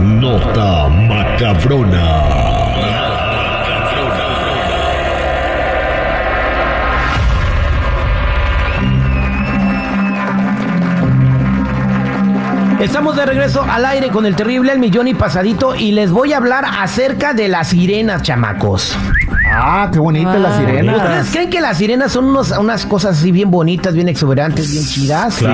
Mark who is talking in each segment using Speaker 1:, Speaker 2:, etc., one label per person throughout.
Speaker 1: Nota macabrona.
Speaker 2: Estamos de regreso al aire con el terrible El Millón y Pasadito y les voy a hablar acerca de las sirenas, chamacos.
Speaker 3: Ah, qué bonita la sirena.
Speaker 2: ¿Ustedes creen que las sirenas son unos- unas cosas así bien bonitas, bien exuberantes, bien chidas?
Speaker 3: Sí,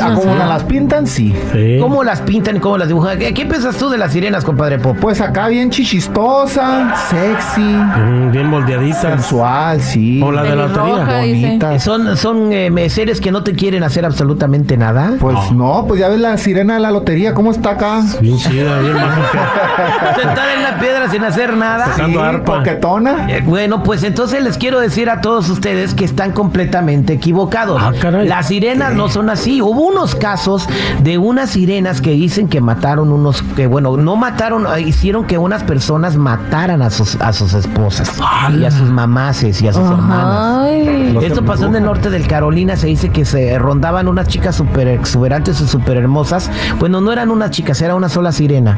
Speaker 3: ah, como nos las pintan, sí.
Speaker 2: ¿Cómo las pintan y cómo las dibujan? ¿Qué, qué piensas tú de las sirenas, compadre Popo?
Speaker 3: Pues acá bien chichistosa, sexy,
Speaker 4: Mm, Bien moldeaditas.
Speaker 3: sensual, sí.
Speaker 4: O la de la
Speaker 5: Pelirroja,
Speaker 4: lotería.
Speaker 5: dice.
Speaker 3: Bonita.
Speaker 2: Son, son eh, seres que no te quieren hacer absolutamente nada.
Speaker 3: Pues no, pues ya ves la sirena de la lotería, ¿cómo está acá?
Speaker 4: Bien chida, bien
Speaker 2: Ah.
Speaker 4: mágica.
Speaker 2: Sentar en la piedra sin hacer nada.
Speaker 4: Tocando
Speaker 3: Sí,
Speaker 4: arpa.
Speaker 3: Coquetona.
Speaker 2: Eh, Bueno, pues entonces les quiero decir a todos ustedes que están completamente equivocados.
Speaker 4: Ah, caray.
Speaker 2: Las sirenas no son así. Hubo unos casos de unas sirenas que dicen que mataron unos, que bueno, no mataron, eh, hicieron que unas personas mataran a sus, a sus esposas y a sus mamases y a sus hermanas.
Speaker 5: Ay.
Speaker 3: Los
Speaker 2: Esto pasó en el norte del Carolina, se dice que se rondaban unas chicas super exuberantes y super hermosas. Bueno, no eran unas chicas, era una sola sirena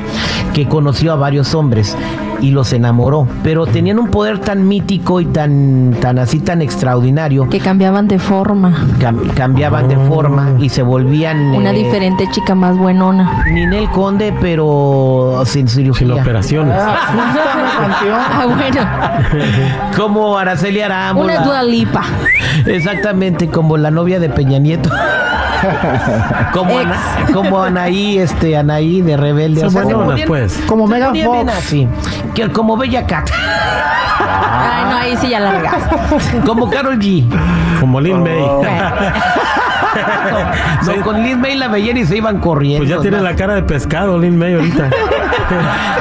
Speaker 2: que conoció a varios hombres y los enamoró. Pero tenían un poder tan mítico y tan, tan así, tan extraordinario.
Speaker 5: Que cambiaban de forma.
Speaker 2: cam- cambiaban de forma y se volvían
Speaker 5: Una
Speaker 2: eh,
Speaker 5: diferente chica más buenona.
Speaker 2: Ninel Conde, pero sin cirugía.
Speaker 4: Sin operaciones.
Speaker 5: Ah, bueno.
Speaker 2: Como Araceli Arámbula.
Speaker 5: Una Dua Lipa.
Speaker 2: Exactamente, como la novia de Peña Nieto. Como,
Speaker 5: Ex.
Speaker 2: Ana- como Anaí, este, Anaí de Rebelde.
Speaker 4: Son
Speaker 2: se
Speaker 4: buenonas,
Speaker 2: ponían-
Speaker 4: pues.
Speaker 3: Como
Speaker 2: se
Speaker 3: Megan
Speaker 2: ponían bien
Speaker 3: Fox.
Speaker 2: así. Que, como Bella Cat.
Speaker 5: Ay, no, ahí sí ya la regaste.
Speaker 2: Como Carol G.
Speaker 4: Como Lin May.
Speaker 2: Oh.
Speaker 5: Bueno,
Speaker 2: No, con Liz May la veían y se iban corriendo.
Speaker 4: Pues ya tiene
Speaker 2: ¿no?
Speaker 4: la cara de pescado Lin May ahorita.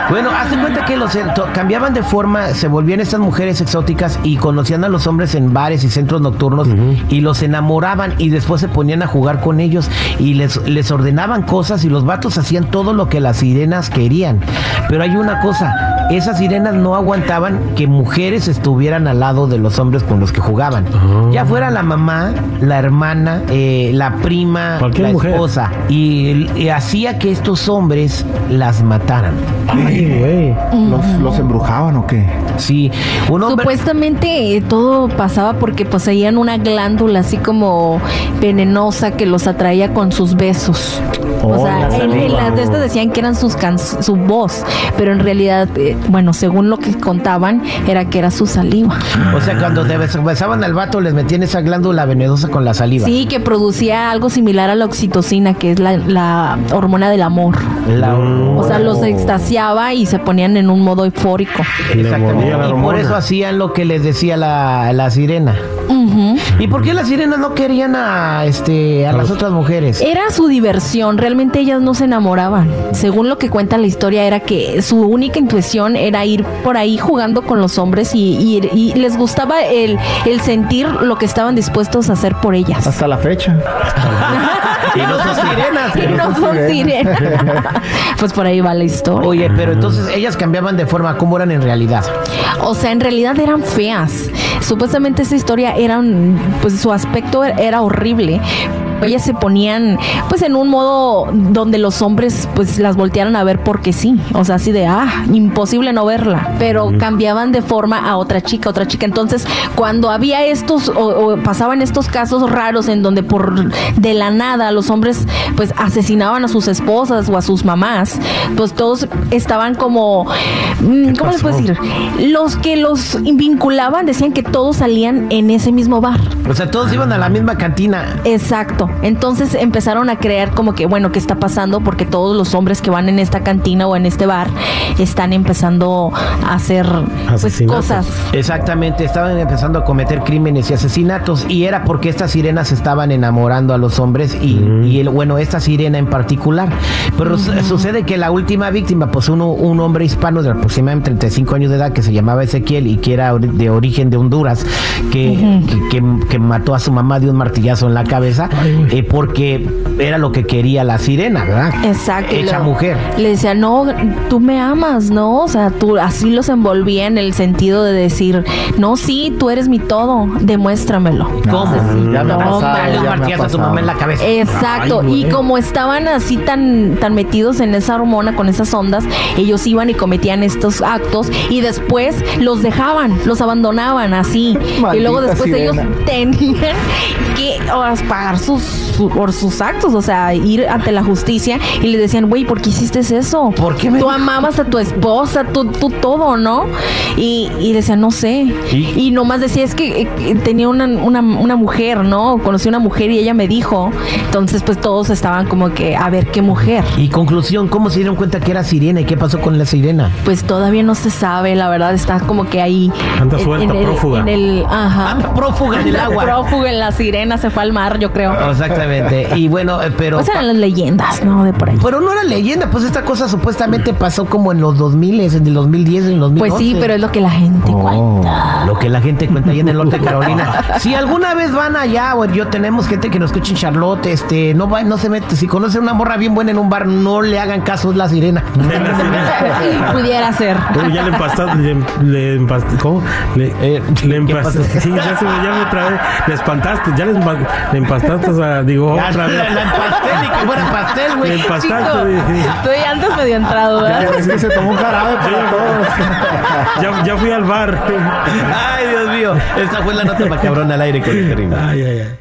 Speaker 2: Bueno, hazte cuenta que los to- cambiaban de forma, se volvían estas mujeres exóticas y conocían a los hombres en bares y centros nocturnos y los enamoraban y después se ponían a jugar con ellos y les, les ordenaban cosas y los vatos hacían todo lo que las sirenas querían. Pero hay una cosa, esas sirenas no aguantaban que mujeres estuvieran al lado de los hombres con los que jugaban.
Speaker 4: Ah.
Speaker 2: Ya fuera la mamá, la hermana, eh, la prima,
Speaker 4: Cualquier
Speaker 2: la
Speaker 4: mujer.
Speaker 2: esposa. Y, y hacía que estos hombres las mataran.
Speaker 4: Ay, güey.
Speaker 3: ¿Los, los embrujaban o qué?
Speaker 2: Sí, un hombre.
Speaker 5: Supuestamente eh, todo pasaba porque poseían una glándula así como venenosa que los atraía con sus besos. O
Speaker 3: Oh,
Speaker 5: sea,
Speaker 3: la
Speaker 5: en, en
Speaker 3: saliva.
Speaker 5: las de estas decían que eran sus can- su voz, pero en realidad, eh, bueno, según lo que contaban, era que era su saliva.
Speaker 2: O sea, cuando te bes- besaban al vato, les metían esa glándula venenosa con la saliva.
Speaker 5: Sí, que producía algo similar a la oxitocina, que es la, la hormona del amor.
Speaker 2: La-
Speaker 5: O sea, los extasiaba y se ponían en un modo eufórico.
Speaker 4: Le mordía la
Speaker 2: Exactamente. Y por
Speaker 4: hormona.
Speaker 2: eso hacían lo que les decía la, la sirena.
Speaker 5: Ujú.
Speaker 2: ¿Y por qué las sirenas no querían a este a las otras mujeres?
Speaker 5: Era su diversión, realmente ellas no se enamoraban. Según lo que cuenta la historia, era que su única intuición era ir por ahí jugando con los hombres y, y- y les gustaba el, el sentir lo que estaban dispuestos a hacer por ellas.
Speaker 3: Hasta la fecha.
Speaker 2: Y no son sirenas.
Speaker 5: Y no son sirenas. pues por ahí va la historia.
Speaker 2: Oye, pero entonces ellas cambiaban de forma, ¿cómo eran en realidad?
Speaker 5: O sea, en realidad eran feas. Supuestamente esa historia eran, pues su aspecto er- era horrible. Ellas se ponían, pues, en un modo donde los hombres, pues, las voltearon a ver porque sí. O sea, así de, ah, imposible no verla. Pero cambiaban de forma a otra chica, otra chica. Entonces, cuando había estos, o, o pasaban estos casos raros en donde por de la nada los hombres, pues, asesinaban a sus esposas o a sus mamás, pues, todos estaban como, mm, ¿cómo les puedo
Speaker 4: pasó?
Speaker 5: decir? Los que los vinculaban decían que todos salían en ese mismo bar.
Speaker 2: O sea, todos iban a la misma cantina.
Speaker 5: Exacto. Entonces empezaron a creer como que, bueno, ¿qué está pasando? Porque todos los hombres que van en esta cantina o en este bar están empezando a hacer pues,
Speaker 4: Asesinatos.
Speaker 5: cosas.
Speaker 2: Exactamente, estaban empezando a cometer crímenes y asesinatos y era porque estas sirenas estaban enamorando a los hombres y, y el, bueno, esta sirena en particular. Pero su- sucede que la última víctima, pues uno, un hombre hispano de aproximadamente 35 años de edad que se llamaba Ezequiel y que era ori- de origen de Honduras, que, que, que- que mató a su mamá de un martillazo en la cabeza, eh, porque era lo que quería la sirena, ¿verdad?
Speaker 5: Exacto. y
Speaker 2: Hecha
Speaker 5: luego
Speaker 2: mujer.
Speaker 5: Le decía, no, tú me amas, ¿no? O sea, tú así los envolvía en el sentido de decir, no, sí, tú eres mi todo, demuéstramelo.
Speaker 2: ¿Cómo?
Speaker 5: Entonces,
Speaker 3: ya me ha
Speaker 5: no,
Speaker 3: pasado,
Speaker 5: hombre.
Speaker 2: Dale un
Speaker 3: ya me ha
Speaker 2: martillazo a tu
Speaker 3: pasado.
Speaker 2: mamá en la cabeza.
Speaker 5: Exacto,
Speaker 4: Ay,
Speaker 5: y
Speaker 4: güey.
Speaker 5: como estaban así tan, tan metidos en esa hormona, con esas ondas, ellos iban y cometían estos actos y después los dejaban, los abandonaban así. y luego
Speaker 3: Maldita
Speaker 5: después
Speaker 3: sirena.
Speaker 5: ellos tenían que ahora, pagar sus, su- por sus actos, o sea, ir ante la justicia y les decían, güey, ¿por qué hiciste eso?
Speaker 2: ¿Por qué me
Speaker 5: Tú
Speaker 2: dijo?
Speaker 5: amabas a tu esposa, tú, tú todo, ¿no? Y, y decían, no sé.
Speaker 2: ¿Y?
Speaker 5: ¿Y? nomás decía, es que eh, eh, tenía una, una, una mujer, ¿no? Conocí una mujer y ella me dijo. Entonces, pues todos estaban como que, a ver, ¿qué mujer?
Speaker 2: Y conclusión, ¿cómo se dieron cuenta que era sirena y qué pasó con la sirena?
Speaker 5: Pues todavía no se sabe, la verdad, está como que ahí.
Speaker 4: Anda
Speaker 5: en-
Speaker 4: suelta,
Speaker 5: en el-
Speaker 4: prófuga.
Speaker 5: En el, ajá.
Speaker 2: Anda prófuga del agua. Ah,
Speaker 5: Prófuga en la sirena, se fue al mar, yo creo.
Speaker 2: Exactamente. Y bueno, eh, pero...
Speaker 5: Pues eran las leyendas, ¿no? De por ahí.
Speaker 2: Pero no era leyenda, pues esta cosa supuestamente pasó como en los 2000, en el 2010, en el 2012.
Speaker 5: Pues sí, pero es lo que la gente
Speaker 3: Oh.
Speaker 5: cuenta.
Speaker 2: Lo que la gente cuenta ahí en el norte de Carolina. Si alguna vez van allá, o yo tenemos gente que nos escucha en Charlotte, este, no va, no se mete. Si conoce una morra bien buena en un bar, no le hagan caso, es la sirena.
Speaker 5: Pudiera ser.
Speaker 4: Uy, ya le empastaste, le, em- le empast- ¿cómo? Le,
Speaker 2: Eh,
Speaker 4: le
Speaker 2: ¿qué
Speaker 4: empastaste,
Speaker 2: pasó?
Speaker 4: sí, ya se me, ya me trabé, le espantaste, ya le, empa- le empastaste, a, digo,
Speaker 2: La,
Speaker 4: otra
Speaker 2: la-
Speaker 4: vez,
Speaker 2: la empastel y que fuera pastel,
Speaker 4: le
Speaker 2: güey.
Speaker 5: Chico,
Speaker 4: empastaste, dije.
Speaker 5: tú ya andas medio entrado,
Speaker 3: Ya
Speaker 5: ¿verdad?
Speaker 3: ves que se tomó un jarabe para todos.
Speaker 4: ya, ya fui al bar,
Speaker 2: Ay, Dios mío. Esta fue la nota macabrona al aire con Karina.
Speaker 4: ay, ay, ay.